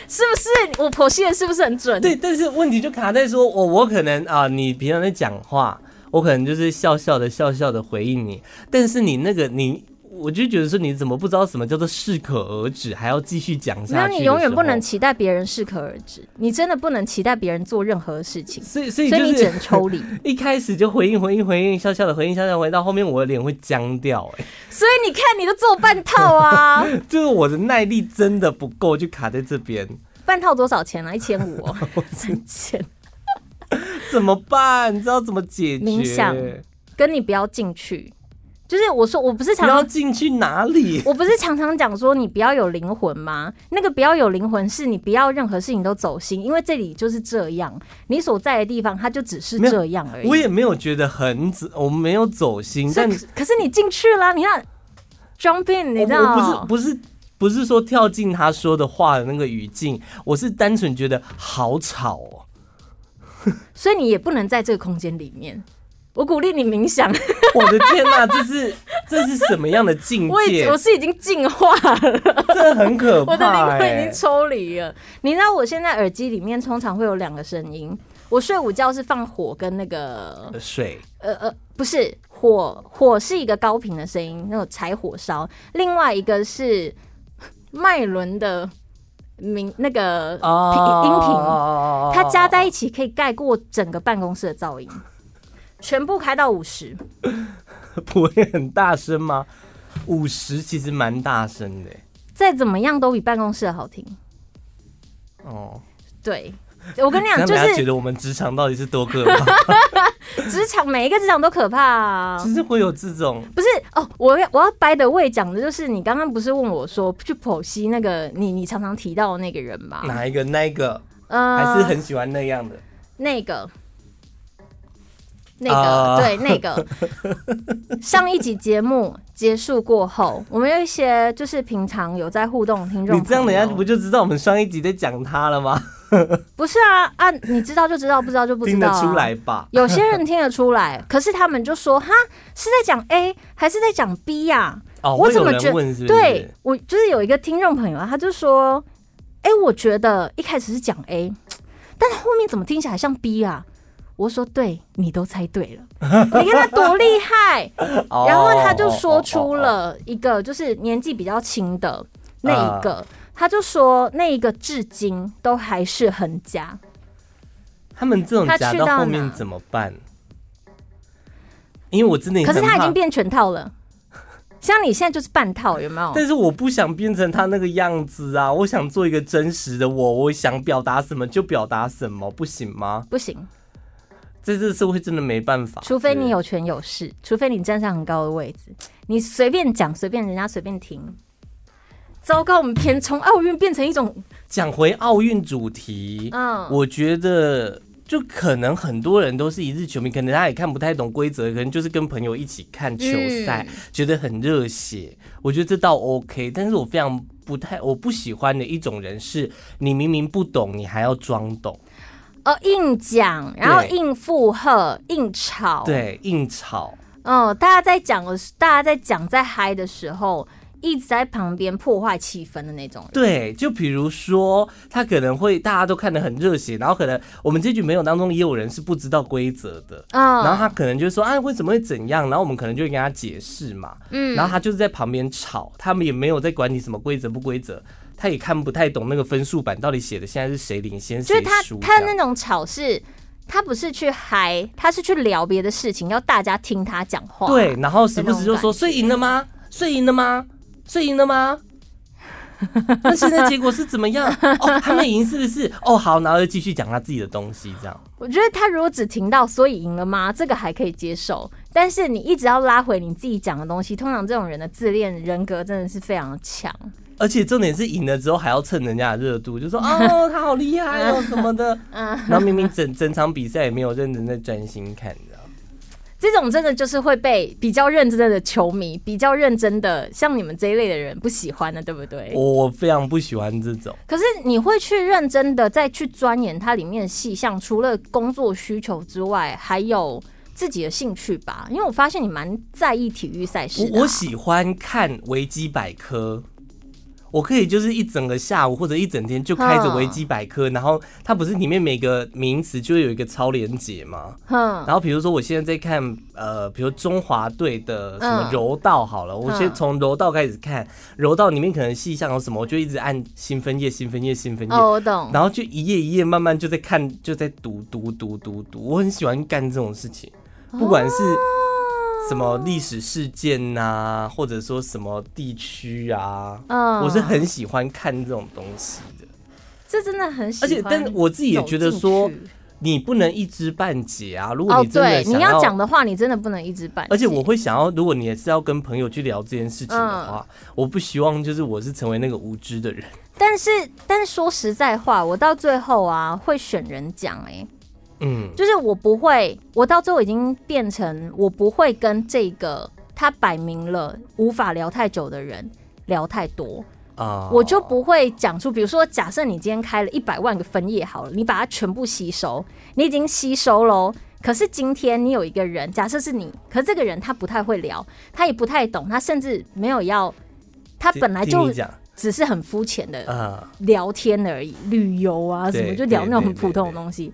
[SPEAKER 2] 是不是？我剖析的是不是很准？
[SPEAKER 1] 对，但是问题就卡在说，我我可能啊、你平常在讲话，我可能就是笑笑的笑笑的回应你，但是你那个你，我就觉得说你怎么不知道什么叫做适可而止，还要继续讲下去？
[SPEAKER 2] 没有，你永远不能。期待别人适可而止，你真的不能期待别人做任何事情，
[SPEAKER 1] 所以，所以
[SPEAKER 2] 所以
[SPEAKER 1] 就
[SPEAKER 2] 你只
[SPEAKER 1] 是
[SPEAKER 2] 能抽 离。
[SPEAKER 1] 一开始就回应回应回应，笑笑的回应笑笑地回应，到后面我的脸会僵掉、哎，
[SPEAKER 2] 所以你看，你都做半套啊，
[SPEAKER 1] 就是我的耐力真的不够，就卡在这边，
[SPEAKER 2] 半套多少钱啊？一千五，三千。
[SPEAKER 1] 怎么办？你知道怎么解决？
[SPEAKER 2] 冥想跟你不要进去，就是我说我不是
[SPEAKER 1] 你
[SPEAKER 2] 常
[SPEAKER 1] 要
[SPEAKER 2] 常。
[SPEAKER 1] 进去哪里？
[SPEAKER 2] 我不是常常讲说你不要有灵魂吗？那个不要有灵魂是你不要任何事情都走心，因为这里就是这样，你所在的地方它就只是
[SPEAKER 1] 没有
[SPEAKER 2] 这样而已。
[SPEAKER 1] 我也没有觉得很走，我没有走心，
[SPEAKER 2] 所以
[SPEAKER 1] 但
[SPEAKER 2] 可可是你进去啦，你看 jump in，你知
[SPEAKER 1] 我
[SPEAKER 2] 道
[SPEAKER 1] 我不是不是不是说跳进他说的话的那个语境，我是单纯觉得好吵 哦。
[SPEAKER 2] 所以你也不能在这个空间里面。我鼓励你冥想，
[SPEAKER 1] 我的天哪、这是这是什么样的境
[SPEAKER 2] 我已
[SPEAKER 1] 界
[SPEAKER 2] 我？是已经进化了，
[SPEAKER 1] 这很可
[SPEAKER 2] 我的灵
[SPEAKER 1] 怕、
[SPEAKER 2] 魂已
[SPEAKER 1] 欸
[SPEAKER 2] 经。抽离了。你知道我现在耳机里面通常会有两个声音，我睡午觉是放火跟那个
[SPEAKER 1] 呃水，
[SPEAKER 2] 呃呃，不是火，火是一个高频的声音，那种柴火烧；另外一个是 麦伦的鸣那个频、
[SPEAKER 1] 啊
[SPEAKER 2] 音
[SPEAKER 1] 哦
[SPEAKER 2] 频，它加在一起可以盖过整个办公室的噪音，全部开到五十。
[SPEAKER 1] 不会很大声吗？五十其实蛮大声的欸、
[SPEAKER 2] 再怎么样都比办公室的好听。
[SPEAKER 1] 哦，
[SPEAKER 2] 对，我跟你
[SPEAKER 1] 那
[SPEAKER 2] 讲，就
[SPEAKER 1] 大家觉
[SPEAKER 2] 是
[SPEAKER 1] 得我们职场到底是多可怕？
[SPEAKER 2] 职场每一个职场都可怕啊。
[SPEAKER 1] 其实会有这种
[SPEAKER 2] 不是哦，我要我要掰的位讲的就是你刚刚不是问我说去剖析那个你你常常提到的那个人吗？
[SPEAKER 1] 哪一个那一个，
[SPEAKER 2] 嗯、
[SPEAKER 1] 还是很喜欢那样的。
[SPEAKER 2] 那个。那个、
[SPEAKER 1] 啊
[SPEAKER 2] 对那 个，上一集节目结束过后，我们有一些就是平常有在互动的听众朋友，
[SPEAKER 1] 你这样，人家不就知道我们上一集在讲他了吗？
[SPEAKER 2] 不是啊啊，你知道就知道，不知道就不知
[SPEAKER 1] 听
[SPEAKER 2] 道、
[SPEAKER 1] 得
[SPEAKER 2] 啊，
[SPEAKER 1] 出来吧？
[SPEAKER 2] 有些人听得出来，可是他们就说哈是在讲 A 还是在讲 B 呀、
[SPEAKER 1] 哦，
[SPEAKER 2] 我
[SPEAKER 1] 会
[SPEAKER 2] 怎
[SPEAKER 1] 有
[SPEAKER 2] 么
[SPEAKER 1] 人
[SPEAKER 2] 觉
[SPEAKER 1] 问是不是？
[SPEAKER 2] 对我就是有一个听众朋友啊，他就说，哎、我觉得一开始是讲 A，但后面怎么听起来像 B 啊？我说对，你都猜对 了，你看他多厉害。
[SPEAKER 1] 哦，
[SPEAKER 2] 然后他就说出
[SPEAKER 1] 哦，哦哦
[SPEAKER 2] 了一个就是年纪比较轻的那一
[SPEAKER 1] 哦
[SPEAKER 2] 个，他就说那一个至今都还是很假。
[SPEAKER 1] 哦他们这种
[SPEAKER 2] 他
[SPEAKER 1] 夹
[SPEAKER 2] 去
[SPEAKER 1] 到
[SPEAKER 2] 到
[SPEAKER 1] 后面
[SPEAKER 2] 哪
[SPEAKER 1] 怎么办？因为我真的也
[SPEAKER 2] 可是
[SPEAKER 1] 很
[SPEAKER 2] 他已
[SPEAKER 1] 怕
[SPEAKER 2] 经，变全 套了，像你现在就是半套，有没有？
[SPEAKER 1] 但是我不想变成他那个样子啊！我想做一个真实的我，我想表达什么就表达什么，不行吗？
[SPEAKER 2] 不行，
[SPEAKER 1] 在这社会真的没办法，
[SPEAKER 2] 除非
[SPEAKER 1] 对
[SPEAKER 2] 你有权有势，除非你站上很高的位置，你随便讲，随便人家随便听。糟糕，我们偏从奥运变成一种
[SPEAKER 1] 讲回奥运主题，
[SPEAKER 2] 嗯
[SPEAKER 1] 我觉得就可能很多人都是一日球迷，可能他也看不太懂规则，可能就是跟朋友一起看球赛，觉得很热血。我觉得这倒 OK，但是我非常不太我不喜欢的一种人是，你明明不懂，你还要装懂，
[SPEAKER 2] 呃硬讲，然后
[SPEAKER 1] 对
[SPEAKER 2] 硬附和、硬吵，
[SPEAKER 1] 对，硬吵。
[SPEAKER 2] 嗯，大家在讲的时，大家在讲在嗨的时候，一直在旁边破坏气氛的那种人。
[SPEAKER 1] 对，就比如说，他可能会大家都看得很热血，然后可能我们这群朋友当中也有人是不知道规则的，然后
[SPEAKER 2] 嗯
[SPEAKER 1] 他可能就说，哎，为什么会怎样？然后我们可能就会跟他解释嘛，
[SPEAKER 2] 嗯
[SPEAKER 1] 然后他就是在旁边吵，他们也没有在管你什么规则不规则，他也看不太懂那个分数板到底写的现在是谁领先
[SPEAKER 2] 就是
[SPEAKER 1] 谁
[SPEAKER 2] 他
[SPEAKER 1] 输这
[SPEAKER 2] 他那
[SPEAKER 1] 样。
[SPEAKER 2] 种吵是，他不是去嗨，他是去聊别的事情，要大家听他讲话。
[SPEAKER 1] 对，，然后时不时就
[SPEAKER 2] 那种
[SPEAKER 1] 说：“
[SPEAKER 2] 感觉
[SPEAKER 1] 所以赢了吗？所以赢了吗？所以赢了吗？” 那现在结果是怎么样？哦，他们赢是不是？哦，好，然后又继续讲他自己的东西，这样。
[SPEAKER 2] 我觉得他如果只听到所以赢了吗，这个还可以接受，但是你一直要拉回你自己讲的东西，通常这种人的自恋人格真的是非常强。
[SPEAKER 1] 而且重点是赢了之后还要蹭人家的热度，就说哦他好厉害哦什么的，然后明明整整场比赛也没有认真在专心看，你知道吗
[SPEAKER 2] 这种真的就是会被比较认真的球迷、比较认真的像你们这一类的人不喜欢的，对不对？
[SPEAKER 1] 我我非常不喜欢这种。
[SPEAKER 2] 可是你会去认真的再去钻研它里面的细项，除了工作需求之外，还有自己的兴趣吧，因为我发现你蛮在意体育赛事的啊、
[SPEAKER 1] 我我喜欢看维基百科，我可以就是一整个下午或者一整天就开着维基百科，然后它不是里面每个名词就会有一个超连结吗？
[SPEAKER 2] 哼，
[SPEAKER 1] 然后比如说我现在在看呃，比如中华队的什么
[SPEAKER 2] 嗯
[SPEAKER 1] 柔道好了，我先从柔道开始看，柔道里面可能细项有什么，我就一直按新分页、新分页、新分页，
[SPEAKER 2] 哦，我懂。
[SPEAKER 1] 然后就一页一页慢慢就在看，就在读读读读读。我很喜欢干这种事情，
[SPEAKER 2] 哦
[SPEAKER 1] 不管是什么历史事件呐、或者说什么地区啊，
[SPEAKER 2] 嗯
[SPEAKER 1] 我是很喜欢看这种东西的。
[SPEAKER 2] 这真的很喜
[SPEAKER 1] 而
[SPEAKER 2] 欢。
[SPEAKER 1] 且，但我自己也觉得说，你不能一知半解啊。如果
[SPEAKER 2] 哦
[SPEAKER 1] 你，真的
[SPEAKER 2] 对，你
[SPEAKER 1] 想
[SPEAKER 2] 要讲的话，你真的不能一直办。
[SPEAKER 1] 而且我会想要，如果你也是要跟朋友去聊这件事情的话，
[SPEAKER 2] 嗯
[SPEAKER 1] 我不希望就是我是成为那个无知的人。
[SPEAKER 2] 但是但是说实在话，我到最后啊会选人讲，哎，
[SPEAKER 1] 嗯，
[SPEAKER 2] 就是我不会，我到最后已经变成我不会跟这个他摆明了无法聊太久的人。聊太多，
[SPEAKER 1] 啊、
[SPEAKER 2] 我就不会讲出。比如说，假设你今天开了一百万个分页好了，你把它全部吸收，你已经吸收喽。可是今天你有一个人，假设是你，可是这个人他不太会聊，他也不太懂，他甚至没有要，他
[SPEAKER 1] 听
[SPEAKER 2] 本来
[SPEAKER 1] 听
[SPEAKER 2] 就
[SPEAKER 1] 你讲
[SPEAKER 2] 只是很肤浅的
[SPEAKER 1] 啊。
[SPEAKER 2] 聊天而已，旅游啊什么，
[SPEAKER 1] 对
[SPEAKER 2] 就聊那种很
[SPEAKER 1] 对对
[SPEAKER 2] 普通的东西。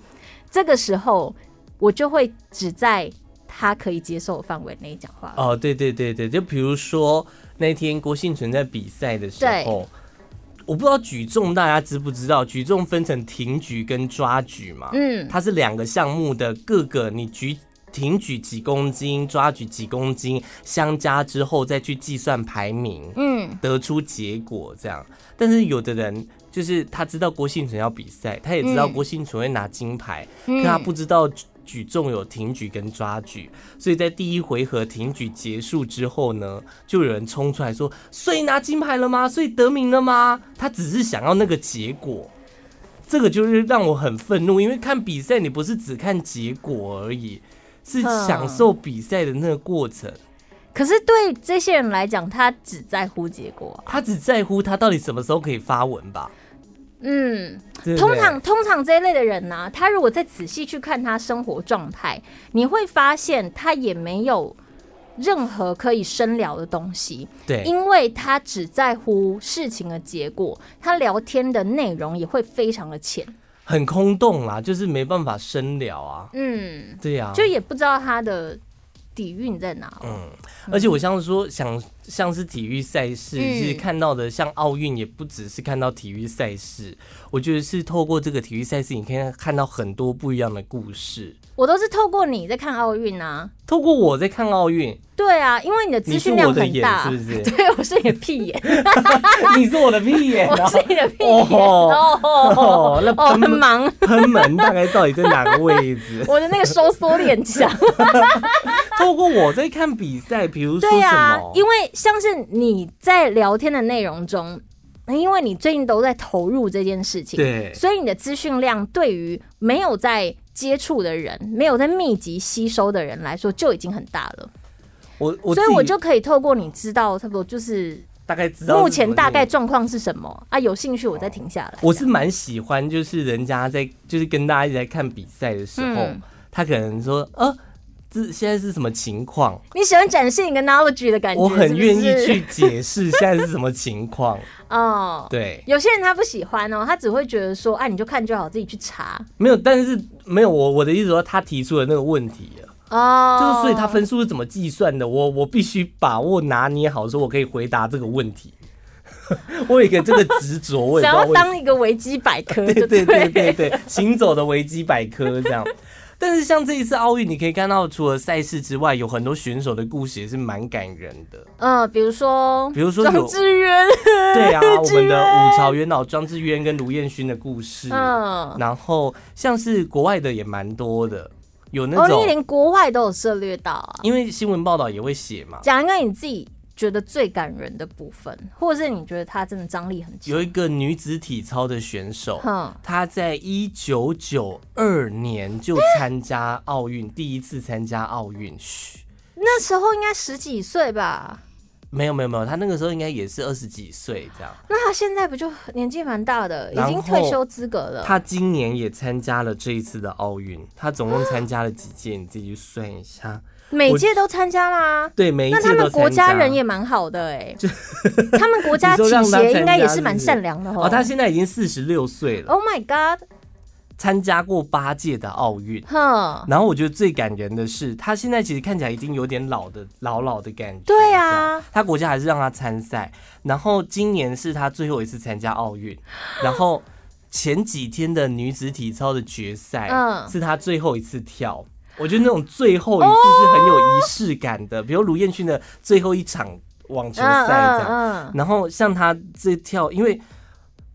[SPEAKER 2] 这个时候，我就会只在他可以接受的范围内讲话。
[SPEAKER 1] 哦，对对对对，就比如说那天郭幸存在比赛的时
[SPEAKER 2] 对
[SPEAKER 1] 候，我不知道举重大家知不知道，举重分成挺举跟抓举嘛，
[SPEAKER 2] 嗯，
[SPEAKER 1] 它是两个项目的各个你举。挺举几公斤，抓举几公斤，相加之后再去计算排名，
[SPEAKER 2] 嗯，
[SPEAKER 1] 得出结果这样。但是有的人就是他知道郭幸存要比赛，他也知道
[SPEAKER 2] 嗯
[SPEAKER 1] 郭幸存会拿金牌，
[SPEAKER 2] 嗯
[SPEAKER 1] 可他不知道举举重有挺举跟抓举，所以在第一回合挺举结束之后呢，就有人冲出来说：“所以拿金牌了吗？所以得名了吗？”他只是想要那个结果。这个就是让我很愤怒，因为看比赛你不是只看结果而已，是
[SPEAKER 2] 嗯
[SPEAKER 1] 享受比赛的那个过程。
[SPEAKER 2] 可是对这些人来讲，他只在乎结果啊、
[SPEAKER 1] 他只在乎他到底什么时候可以发文吧。
[SPEAKER 2] 嗯，
[SPEAKER 1] 对不
[SPEAKER 2] 通
[SPEAKER 1] 对
[SPEAKER 2] 常通常这一类的人呢、他如果再仔细去看他生活状态，你会发现他也没有任何可以深聊的东西。
[SPEAKER 1] 对，
[SPEAKER 2] 因为他只在乎事情的结果，他聊天的内容也会非常的浅，
[SPEAKER 1] 很空洞啦，就是没办法深聊啊。
[SPEAKER 2] 嗯，
[SPEAKER 1] 对呀、啊，
[SPEAKER 2] 就也不知道他的底蕴在哪。
[SPEAKER 1] 嗯，而且我像说想像是体育赛事，
[SPEAKER 2] 嗯
[SPEAKER 1] 是看到的像奥运，也不只是看到体育赛事，我觉得是透过这个体育赛事，你可以看到很多不一样的故事。
[SPEAKER 2] 我都是透过你在看奥运啊，
[SPEAKER 1] 透过我在看奥运，
[SPEAKER 2] 对啊，因为你的资
[SPEAKER 1] 你是
[SPEAKER 2] 讯
[SPEAKER 1] 我
[SPEAKER 2] 量
[SPEAKER 1] 的
[SPEAKER 2] 很
[SPEAKER 1] 眼
[SPEAKER 2] 大，
[SPEAKER 1] 是不是？
[SPEAKER 2] 对我是你的屁 眼，
[SPEAKER 1] 你是我的屁眼
[SPEAKER 2] 我
[SPEAKER 1] 啊！
[SPEAKER 2] 是你的屁眼
[SPEAKER 1] 哦
[SPEAKER 2] 哦，哦
[SPEAKER 1] 哦，那
[SPEAKER 2] 我很
[SPEAKER 1] 喷
[SPEAKER 2] 忙，？
[SPEAKER 1] 喷门大概到底在哪个位置
[SPEAKER 2] 我的那个收缩力 很强。
[SPEAKER 1] 透过我在看比赛，比如说
[SPEAKER 2] 对
[SPEAKER 1] 什
[SPEAKER 2] 啊
[SPEAKER 1] 么，？
[SPEAKER 2] 因为像是你在聊天的内容中，因为你最近都在投入这件事情，
[SPEAKER 1] 对
[SPEAKER 2] 所以你的资讯量对于没有在接触的人、没有在密集吸收的人来说就已经很大了。
[SPEAKER 1] 我我
[SPEAKER 2] 所以
[SPEAKER 1] 自己
[SPEAKER 2] 我就可以透过你知道差不多就是
[SPEAKER 1] 大概知道
[SPEAKER 2] 目
[SPEAKER 1] 是什
[SPEAKER 2] 前
[SPEAKER 1] 么
[SPEAKER 2] 大
[SPEAKER 1] 内容
[SPEAKER 2] 概状况是什么啊，有兴趣我再停下来。
[SPEAKER 1] 我是蛮喜欢，就是人家在就是跟大家一起在看比赛的时候，
[SPEAKER 2] 嗯
[SPEAKER 1] 他可能说，呃，这现在是什么情况？
[SPEAKER 2] 你喜欢展示你的 knowledge 的感觉，
[SPEAKER 1] 我很愿
[SPEAKER 2] 是不
[SPEAKER 1] 意
[SPEAKER 2] 是
[SPEAKER 1] 去解释 现在是什么情 况。
[SPEAKER 2] 哦。
[SPEAKER 1] 对，
[SPEAKER 2] 有些人他不喜欢哦，他只会觉得说，啊，你就看就好，自己去查
[SPEAKER 1] 没有，但是没有我我的意思说，他提出了那个问题了，
[SPEAKER 2] 哦。
[SPEAKER 1] 就是所以他分数是怎么计算的，我我必须把握拿捏好，说我可以回答这个问题。 我有一个这个执着，我也不
[SPEAKER 2] 想
[SPEAKER 1] 知道为什么。
[SPEAKER 2] 要当一个维基百 科，
[SPEAKER 1] 对
[SPEAKER 2] 就
[SPEAKER 1] 对对
[SPEAKER 2] 对
[SPEAKER 1] 对对，行走的维基百科这样。但是像这一次奥运，你可以看到，除了赛事之外，有很多选手的故事也是蛮感人的。
[SPEAKER 2] 嗯、比如说，
[SPEAKER 1] 比如说有
[SPEAKER 2] 张志渊，
[SPEAKER 1] 对啊，我们的五朝元老庄智渊跟卢彦勋的故事，
[SPEAKER 2] 嗯，
[SPEAKER 1] 然后像是国外的也蛮多的，有那
[SPEAKER 2] 哦，你
[SPEAKER 1] 种
[SPEAKER 2] 连国外都有涉略到啊。
[SPEAKER 1] 因为新闻报道也会写嘛，
[SPEAKER 2] 讲一个你自己觉得最感人的部分，或者是你觉得他真的张力很强
[SPEAKER 1] 有。一个女子体操的选手，
[SPEAKER 2] 哼，
[SPEAKER 1] 她在一九九二年就参加奥运，第一次参加奥运，嘘。
[SPEAKER 2] 那时候应该十几岁吧？
[SPEAKER 1] 没有没有没有，他那个时候应该也是二十几岁这样。
[SPEAKER 2] 那他现在不就年纪蛮大的，已
[SPEAKER 1] 然
[SPEAKER 2] 经
[SPEAKER 1] 后
[SPEAKER 2] 退休资格了。
[SPEAKER 1] 他今年也参加了这一次的奥运，他总共参加了几届？你自己去算一下。
[SPEAKER 2] 每届都参加吗？
[SPEAKER 1] 对，每一
[SPEAKER 2] 那他
[SPEAKER 1] 届都
[SPEAKER 2] 们
[SPEAKER 1] 参加。
[SPEAKER 2] 国家人也蛮好的 哎、他们国家
[SPEAKER 1] 你
[SPEAKER 2] 体
[SPEAKER 1] 说让他
[SPEAKER 2] 协
[SPEAKER 1] 参
[SPEAKER 2] 应该也
[SPEAKER 1] 加
[SPEAKER 2] 是
[SPEAKER 1] 是
[SPEAKER 2] 蛮
[SPEAKER 1] 不是
[SPEAKER 2] 善良的哦。
[SPEAKER 1] 哦，他现在已经四十六岁了，
[SPEAKER 2] Oh my God，
[SPEAKER 1] 参加过八届的奥运。
[SPEAKER 2] 哼，
[SPEAKER 1] 然后我觉得最感人的是，他现在其实看起来已经有点老的老老的感觉。
[SPEAKER 2] 对
[SPEAKER 1] 这样，
[SPEAKER 2] 啊，
[SPEAKER 1] 他国家还是让他参赛，然后今年是他最后一次参加奥运，然后前几天的女子体操的决赛，
[SPEAKER 2] 嗯
[SPEAKER 1] 是他最后一次跳。我觉得那种最后一次是很有仪式感的，比如卢彦勋的最后一场网球赛这样。
[SPEAKER 2] 嗯，
[SPEAKER 1] 然后像他这跳，因为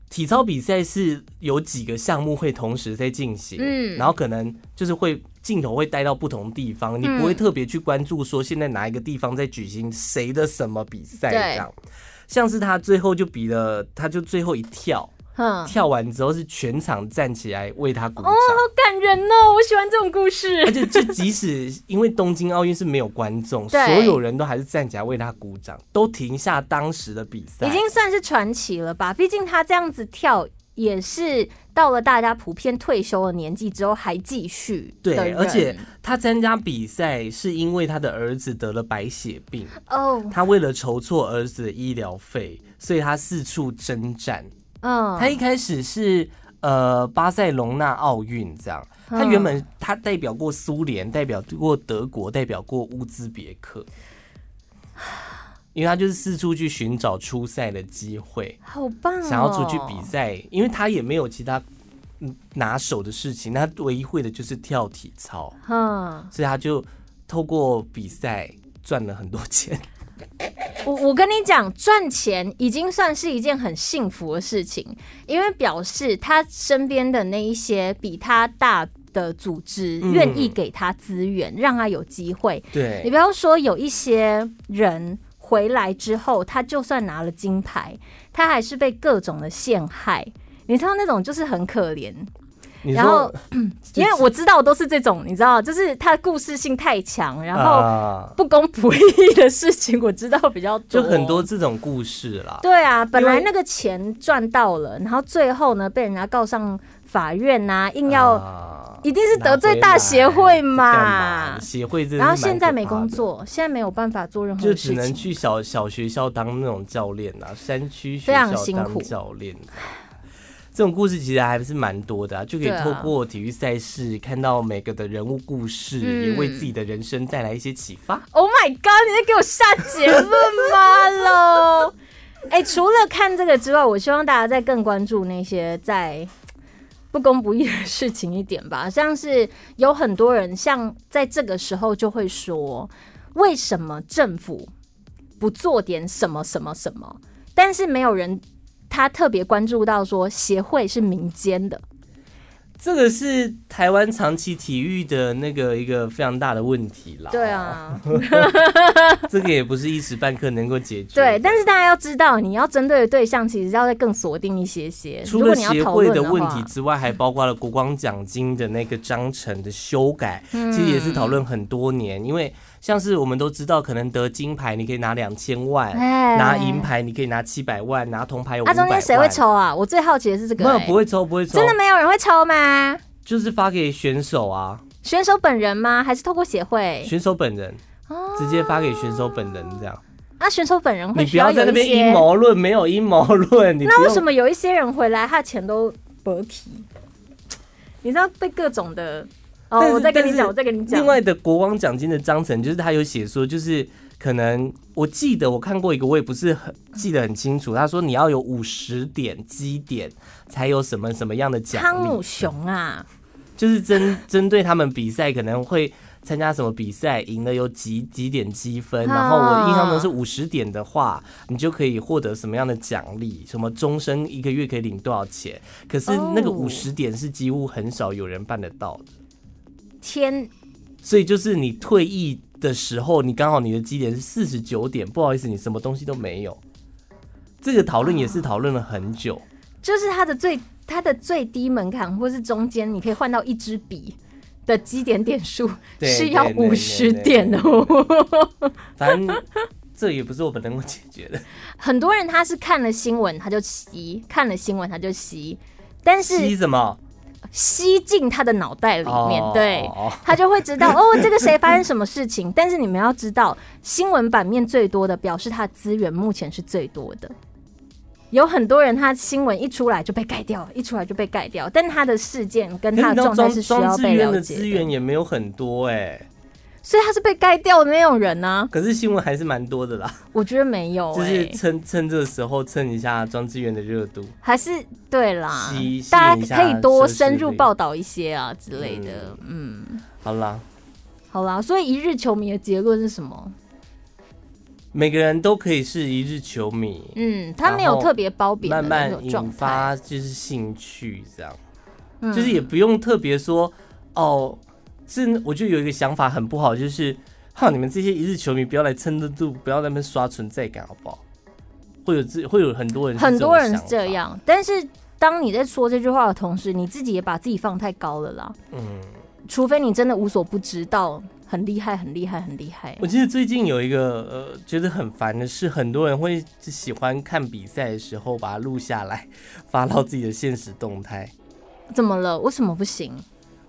[SPEAKER 1] 体操比赛是有几个项目会同时在进行，
[SPEAKER 2] 嗯
[SPEAKER 1] 然后可能就是会镜头会带到不同地方，你
[SPEAKER 2] 嗯
[SPEAKER 1] 不会特别去关注说现在哪一个地方在举行谁的什么比赛
[SPEAKER 2] 对
[SPEAKER 1] 这样。像是他最后就比了，他就最后一跳，
[SPEAKER 2] 嗯，
[SPEAKER 1] 跳完之后是全场站起来为他鼓掌。
[SPEAKER 2] 好感人哦，我喜欢这种故事
[SPEAKER 1] 而。且，就即使因为东京奥运是没有观众，所
[SPEAKER 2] 对
[SPEAKER 1] 有人都还是站起来为他鼓掌，都停下当时的比赛。
[SPEAKER 2] 已经算是传奇了吧？毕竟他这样子跳也是到了大家普遍退休的年纪之后还继续的
[SPEAKER 1] 对，
[SPEAKER 2] 人
[SPEAKER 1] 而且他参加比赛是因为他的儿子得了白血病，
[SPEAKER 2] 哦，
[SPEAKER 1] 他为了筹措儿子的医疗费，所以他四处征战。
[SPEAKER 2] 嗯，
[SPEAKER 1] 他一开始是呃巴塞隆纳奥运这样，
[SPEAKER 2] 嗯
[SPEAKER 1] 他原本他代表过苏联，代表过德国，代表过乌兹别克，因为他就是四处去寻找出赛的机会。
[SPEAKER 2] 好棒、哦，
[SPEAKER 1] 想要出去比赛，因为他也没有其他嗯拿手的事情，他唯一会的就是跳体操，
[SPEAKER 2] 嗯，
[SPEAKER 1] 所以他就透过比赛赚了很多 钱。
[SPEAKER 2] 我我跟你讲，赚钱已经算是一件很幸福的事情，因为表示他身边的那一些比他大的组织
[SPEAKER 1] 嗯
[SPEAKER 2] 愿意给他资源，让他有机会，你
[SPEAKER 1] 对，
[SPEAKER 2] 不要说有一些人回来之后，他就算拿了金牌，他还是被各种的陷害。你知道那种就是很可怜，
[SPEAKER 1] 你
[SPEAKER 2] 然后
[SPEAKER 1] 说
[SPEAKER 2] 因为我知道都是这种，你知道，就是他的故事性太强，然后
[SPEAKER 1] 啊，
[SPEAKER 2] 不公不义的事情，我知道比较多，
[SPEAKER 1] 就很多。这种故事啦。
[SPEAKER 2] 对啊，本来
[SPEAKER 1] 因为
[SPEAKER 2] 那个钱赚到了，然后最后呢被人家告上法院呐、硬要、
[SPEAKER 1] 啊
[SPEAKER 2] 一定是得罪大协会嘛
[SPEAKER 1] 干嘛协会真的是
[SPEAKER 2] 然后现在
[SPEAKER 1] 蛮
[SPEAKER 2] 没
[SPEAKER 1] 可怕的
[SPEAKER 2] 工。作，现在没有办法做任何
[SPEAKER 1] 就
[SPEAKER 2] 事
[SPEAKER 1] 只
[SPEAKER 2] 情，
[SPEAKER 1] 能去小小学校当那种教练啊，山区学
[SPEAKER 2] 非常
[SPEAKER 1] 校
[SPEAKER 2] 辛苦
[SPEAKER 1] 当教练。啊这种故事其实还是蛮多的、啊，就可以
[SPEAKER 2] 对啊
[SPEAKER 1] 透过体育赛事看到每个的人物故事，
[SPEAKER 2] 嗯
[SPEAKER 1] 也为自己的人生带来一些启发。
[SPEAKER 2] Oh my god！你在给我下结论吗喽？哎、除了看这个之外，我希望大家再更关注那些在不公不义的事情一点吧。像是有很多人，像在这个时候就会说，为什么政府不做点什么什么什么？但是没有人他特别关注到说协会是民间的，
[SPEAKER 1] 这个是台湾长期体育的那个一个非常大的问题啦。
[SPEAKER 2] 对，啊，
[SPEAKER 1] 这个也不是一时半刻能够解决。
[SPEAKER 2] 对。但是大家要知道，你要针对的对象其实要再更锁定一些些。
[SPEAKER 1] 除
[SPEAKER 2] 如果
[SPEAKER 1] 了
[SPEAKER 2] 你要
[SPEAKER 1] 协
[SPEAKER 2] 讨
[SPEAKER 1] 会
[SPEAKER 2] 论
[SPEAKER 1] 的
[SPEAKER 2] 话
[SPEAKER 1] 问题之外，还包括了国光奖金的那个章程的修改，
[SPEAKER 2] 嗯
[SPEAKER 1] 其实也是讨论很多年。因为像是我们都知道，可能得金牌你可以拿两千万，
[SPEAKER 2] 哎
[SPEAKER 1] 拿银牌你可以拿七百万，拿铜牌有五
[SPEAKER 2] 啊，
[SPEAKER 1] 百
[SPEAKER 2] 中间
[SPEAKER 1] 万。
[SPEAKER 2] 谁会抽啊？我最好奇的是这个、
[SPEAKER 1] 没有，
[SPEAKER 2] 欸，
[SPEAKER 1] 不会抽，不会抽，
[SPEAKER 2] 真的没有人会抽吗？
[SPEAKER 1] 就是发给选手啊，
[SPEAKER 2] 选手本人吗？还是透过协会？
[SPEAKER 1] 选手本人
[SPEAKER 2] 哦，
[SPEAKER 1] 直接发给选手本人这样。
[SPEAKER 2] 啊，选手本人
[SPEAKER 1] 你
[SPEAKER 2] 会
[SPEAKER 1] 不
[SPEAKER 2] 需
[SPEAKER 1] 要在
[SPEAKER 2] 有
[SPEAKER 1] 那
[SPEAKER 2] 一
[SPEAKER 1] 边
[SPEAKER 2] 些
[SPEAKER 1] 阴。谋论，没有阴谋 论，你不
[SPEAKER 2] 那为什
[SPEAKER 1] 用。
[SPEAKER 2] 么有一些人回来，他的钱都薄皮？你知道被各种的哦
[SPEAKER 1] 但，是
[SPEAKER 2] 我再跟你
[SPEAKER 1] 但
[SPEAKER 2] 讲，
[SPEAKER 1] 是
[SPEAKER 2] 我再跟你讲。
[SPEAKER 1] 另外的国王奖金的章程，就是他有写说，就是可能我记得我看过一个，我也不是很记得很清楚。他说你要有五十点基点才有什么什么样的奖
[SPEAKER 2] 汤姆
[SPEAKER 1] 励，
[SPEAKER 2] 熊啊，
[SPEAKER 1] 就是针针对他们比赛可能会。参加什么比赛，赢了有几几点积分，
[SPEAKER 2] 啊
[SPEAKER 1] 然后我印象中是五十点的话，你就可以获得什么样的奖励，什么终身一个月可以领多少钱。可是那个
[SPEAKER 2] 哦
[SPEAKER 1] 五十点是几乎很少有人办得到的。
[SPEAKER 2] 天
[SPEAKER 1] 所以就是你退役的时候，你刚好你的基点是四十九点，不好意思，你什么东西都没有。这个讨论也是讨论了很久，
[SPEAKER 2] 就是他的最他的最低门槛，或是中间你可以换到一支笔的基点点数
[SPEAKER 1] 对
[SPEAKER 2] 是要
[SPEAKER 1] 对对
[SPEAKER 2] 五十
[SPEAKER 1] 对对
[SPEAKER 2] 点哦。
[SPEAKER 1] 反正这也不是我们能够解决的。
[SPEAKER 2] 很多人他是看了新闻他就吸，看了新闻他就吸，但
[SPEAKER 1] 吸
[SPEAKER 2] 是
[SPEAKER 1] 什么？
[SPEAKER 2] 吸进他的脑袋里面，
[SPEAKER 1] 哦
[SPEAKER 2] 对。
[SPEAKER 1] 哦
[SPEAKER 2] 他就会知 道哦，这个谁发生什么事情。但是你们要知道，新闻版面最多的表示他资源目前是最多的。有很多人他新闻一出来就被盖掉，一出来就被盖掉，但他的事件跟
[SPEAKER 1] 可是
[SPEAKER 2] 他
[SPEAKER 1] 你
[SPEAKER 2] 的
[SPEAKER 1] 知道
[SPEAKER 2] 状态
[SPEAKER 1] 庄
[SPEAKER 2] 是需
[SPEAKER 1] 庄
[SPEAKER 2] 要
[SPEAKER 1] 志
[SPEAKER 2] 被
[SPEAKER 1] 渊
[SPEAKER 2] 了
[SPEAKER 1] 的
[SPEAKER 2] 解
[SPEAKER 1] 资源也没有很多哎、
[SPEAKER 2] 所以他是被盖掉的那种人呢、
[SPEAKER 1] 可是新闻还是蛮多的啦，
[SPEAKER 2] 我觉得没有、
[SPEAKER 1] 就
[SPEAKER 2] 欸，
[SPEAKER 1] 是趁趁这个时候蹭一下庄志渊的热度。
[SPEAKER 2] 还是对啦
[SPEAKER 1] 吸吸，
[SPEAKER 2] 大
[SPEAKER 1] 引一
[SPEAKER 2] 家
[SPEAKER 1] 下
[SPEAKER 2] 可以多深
[SPEAKER 1] 收视
[SPEAKER 2] 入
[SPEAKER 1] 率
[SPEAKER 2] 报道一些啊之类的，嗯
[SPEAKER 1] 好啦，
[SPEAKER 2] 好啦，所以一日球迷的结论是什么？
[SPEAKER 1] 每个人都可以是一日球迷，
[SPEAKER 2] 嗯，他没
[SPEAKER 1] 然
[SPEAKER 2] 有
[SPEAKER 1] 后
[SPEAKER 2] 特别褒贬的
[SPEAKER 1] 慢慢
[SPEAKER 2] 那种
[SPEAKER 1] 引
[SPEAKER 2] 状态，
[SPEAKER 1] 发就是兴趣，这样、
[SPEAKER 2] 嗯
[SPEAKER 1] 就是也不用特别说哦。是，我就有一个想法很不好，就是哈，你们这些一日球迷不要来蹭热度，不要在那边刷存在感，好不好？会有这会有很多人是
[SPEAKER 2] 很
[SPEAKER 1] 这种
[SPEAKER 2] 多人是
[SPEAKER 1] 想
[SPEAKER 2] 这
[SPEAKER 1] 法，
[SPEAKER 2] 样，但是当你在说这句话的同时，你自己也把自己放太高了啦。
[SPEAKER 1] 嗯。
[SPEAKER 2] 除非你真的无所不知道，很厉害，很厉害，很厉害
[SPEAKER 1] 我。记得最近有一个呃，觉得很烦的是，很多人会喜欢看比赛的时候把它录下来，发到自己的现实动态。
[SPEAKER 2] 怎么了？为什么不行？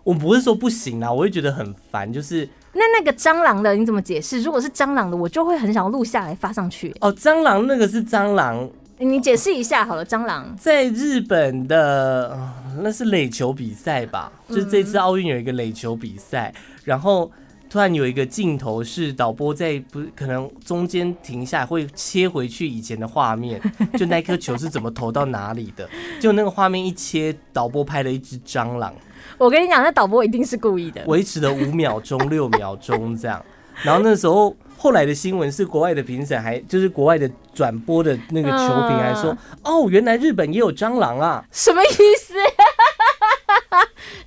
[SPEAKER 1] 我不是说不行啊啦，我会觉得很烦，就是
[SPEAKER 2] 那那个蟑螂的你怎么解释？如果是蟑螂的，我就会很想录下来发上去。
[SPEAKER 1] 哦，蟑螂那个是蟑螂，
[SPEAKER 2] 你解释一下好了，蟑螂。
[SPEAKER 1] 在日本的、呃那是垒球比赛吧，就是这次奥运有一个垒球比赛，然后突然有一个镜头是导播在不可能中间停下来，会切回去以前的画面，就那颗球是怎么投到哪里的，就那个画面一切，导播拍了一只蟑螂，
[SPEAKER 2] 我跟你讲，那导播一定是故意的。
[SPEAKER 1] 维持了五秒钟、六秒钟这样，然后那时候。后来的新闻是，国外的评审还就是国外的转播的那个球评还说，哦，原来日本也有蟑螂啊，
[SPEAKER 2] 什么意思？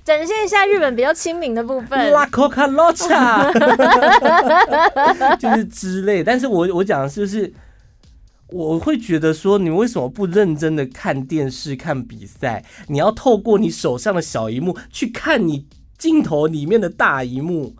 [SPEAKER 2] 展现一下日本比较亲民的部分。
[SPEAKER 1] 拉 Coca l o c a 就是之类。但是我我讲的是就是，我会觉得说，你为什么不认真的看电视、看比赛？你要透过你手上的小荧幕去看你镜头里面的大荧幕。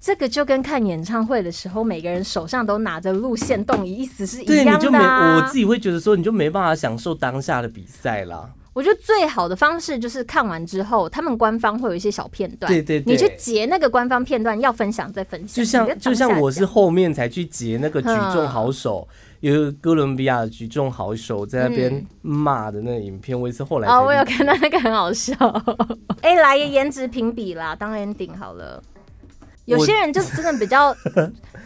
[SPEAKER 2] 这个就跟看演唱会的时候，每个人手上都拿着路线动仪，意思是一
[SPEAKER 1] 对，你
[SPEAKER 2] 样
[SPEAKER 1] 就
[SPEAKER 2] 的、
[SPEAKER 1] 没
[SPEAKER 2] 啊。
[SPEAKER 1] 我自己会觉得说，你就没办法享受当下的比赛 啦。
[SPEAKER 2] 我觉得最好的方式就是看完之后，他们官方会有一些小片段，
[SPEAKER 1] 对对对
[SPEAKER 2] 你去截那个官方片段，要分享再分享。
[SPEAKER 1] 就
[SPEAKER 2] 你
[SPEAKER 1] 像
[SPEAKER 2] 当
[SPEAKER 1] 就
[SPEAKER 2] 下
[SPEAKER 1] 像我是
[SPEAKER 2] 讲
[SPEAKER 1] 后面才去截那个举重
[SPEAKER 2] 嗯
[SPEAKER 1] 好手，有一个哥伦比亚的举重好手在那边
[SPEAKER 2] 嗯
[SPEAKER 1] 骂的那个影片，我也是后来
[SPEAKER 2] 哦，
[SPEAKER 1] 才
[SPEAKER 2] 我有
[SPEAKER 1] 去
[SPEAKER 2] 看到那个很 好笑。哎、来也颜值评比啦，当 ending 好了。有些人就是真的 比较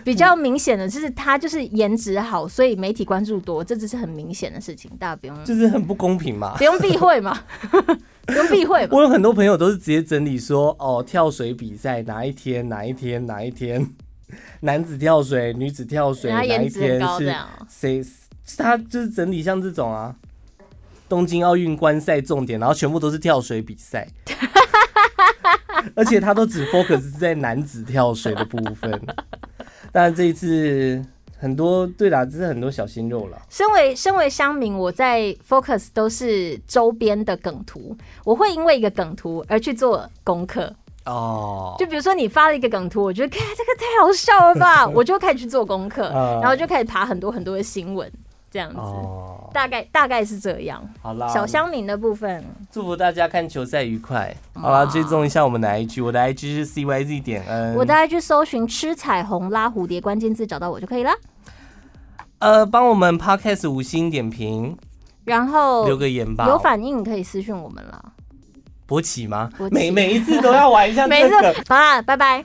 [SPEAKER 2] 比较明显的，就是他就是颜值好，所以媒体关注多，这只是很明显的事情，大家不用
[SPEAKER 1] 就是很不公平嘛。
[SPEAKER 2] 不用避讳嘛， 不用避讳嘛。
[SPEAKER 1] 我有很多朋友都是直接整理说，哦，跳水比赛哪一天哪一天哪一天，男子跳水、女子跳水
[SPEAKER 2] 然
[SPEAKER 1] 哪
[SPEAKER 2] 后
[SPEAKER 1] 一
[SPEAKER 2] 颜值很
[SPEAKER 1] 天
[SPEAKER 2] 高这
[SPEAKER 1] 是
[SPEAKER 2] 样。
[SPEAKER 1] 谁？是他就是整理像这种啊，东京奥运观赛重点，然后全部都是跳水比赛， 而且他都只 focus 在男子跳水的部分。但这一次很多对啦，这是很多小鲜肉了。
[SPEAKER 2] 身为身为乡民，我在 focus 都是周边的梗图，我会因为一个梗图而去做功课。
[SPEAKER 1] 哦，
[SPEAKER 2] 就比如说你发了一个梗图，我觉得，看 这个太好笑了 吧，我就开始去做功课，
[SPEAKER 1] 嗯
[SPEAKER 2] 然后就开始爬很多很多的新闻，这样子，
[SPEAKER 1] 哦，啊
[SPEAKER 2] 大概大概是这样。
[SPEAKER 1] 好啦，
[SPEAKER 2] 小乡民的部分，
[SPEAKER 1] 祝福大家看球赛愉快。好啦，追踪一下我们的 IG，我的 IG 是 CYZ 点 N。
[SPEAKER 2] 我大概去搜寻“吃彩虹拉蝴蝶”关键字找到我就可以了。
[SPEAKER 1] 呃，帮我们 Podcast 五星点评，
[SPEAKER 2] 然后
[SPEAKER 1] 留个言吧。
[SPEAKER 2] 哦有反应可以 私讯我们了。
[SPEAKER 1] 勃起吗
[SPEAKER 2] 勃？起
[SPEAKER 1] 每每一次都要玩一下
[SPEAKER 2] 没
[SPEAKER 1] 这
[SPEAKER 2] 错
[SPEAKER 1] 个。，
[SPEAKER 2] 好啦，拜拜。